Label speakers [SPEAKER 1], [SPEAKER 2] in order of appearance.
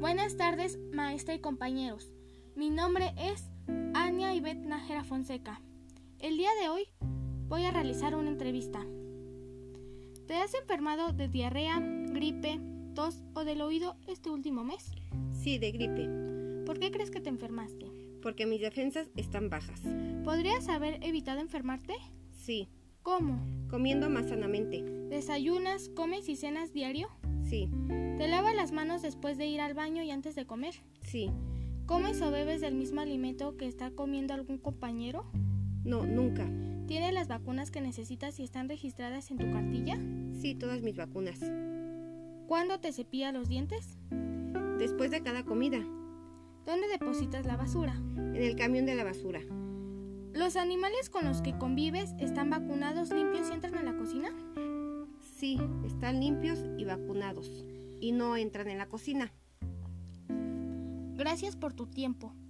[SPEAKER 1] Buenas tardes, maestra y compañeros. Mi nombre es Ania Ivette Najera Fonseca. El día de hoy voy a realizar una entrevista. ¿Te has enfermado de diarrea, gripe, tos o del oído este último mes?
[SPEAKER 2] Sí, de gripe,
[SPEAKER 1] ¿Por qué crees que te enfermaste?
[SPEAKER 2] porque mis defensas están bajas.
[SPEAKER 1] ¿Podrías haber evitado enfermarte?
[SPEAKER 2] Sí,
[SPEAKER 1] ¿Cómo?
[SPEAKER 2] comiendo más sanamente.
[SPEAKER 1] ¿Desayunas, comes y cenas diario?
[SPEAKER 2] Sí,
[SPEAKER 1] ¿Te lavas las manos después de ir al baño y antes de comer?
[SPEAKER 2] sí,
[SPEAKER 1] ¿Comes o bebes del mismo alimento que está comiendo algún compañero?
[SPEAKER 2] no, nunca.
[SPEAKER 1] ¿Tienes las vacunas que necesitas y están registradas en tu cartilla?
[SPEAKER 2] Sí, todas mis vacunas.
[SPEAKER 1] ¿Cuándo te cepillas los dientes?
[SPEAKER 2] Después de cada comida,
[SPEAKER 1] ¿Dónde depositas la basura?
[SPEAKER 2] en el camión de la basura.
[SPEAKER 1] ¿Los animales con los que convives están vacunados, limpios y entran a la cocina?
[SPEAKER 2] Sí, están limpios y vacunados. Y no entran en la cocina.
[SPEAKER 1] Gracias por tu tiempo.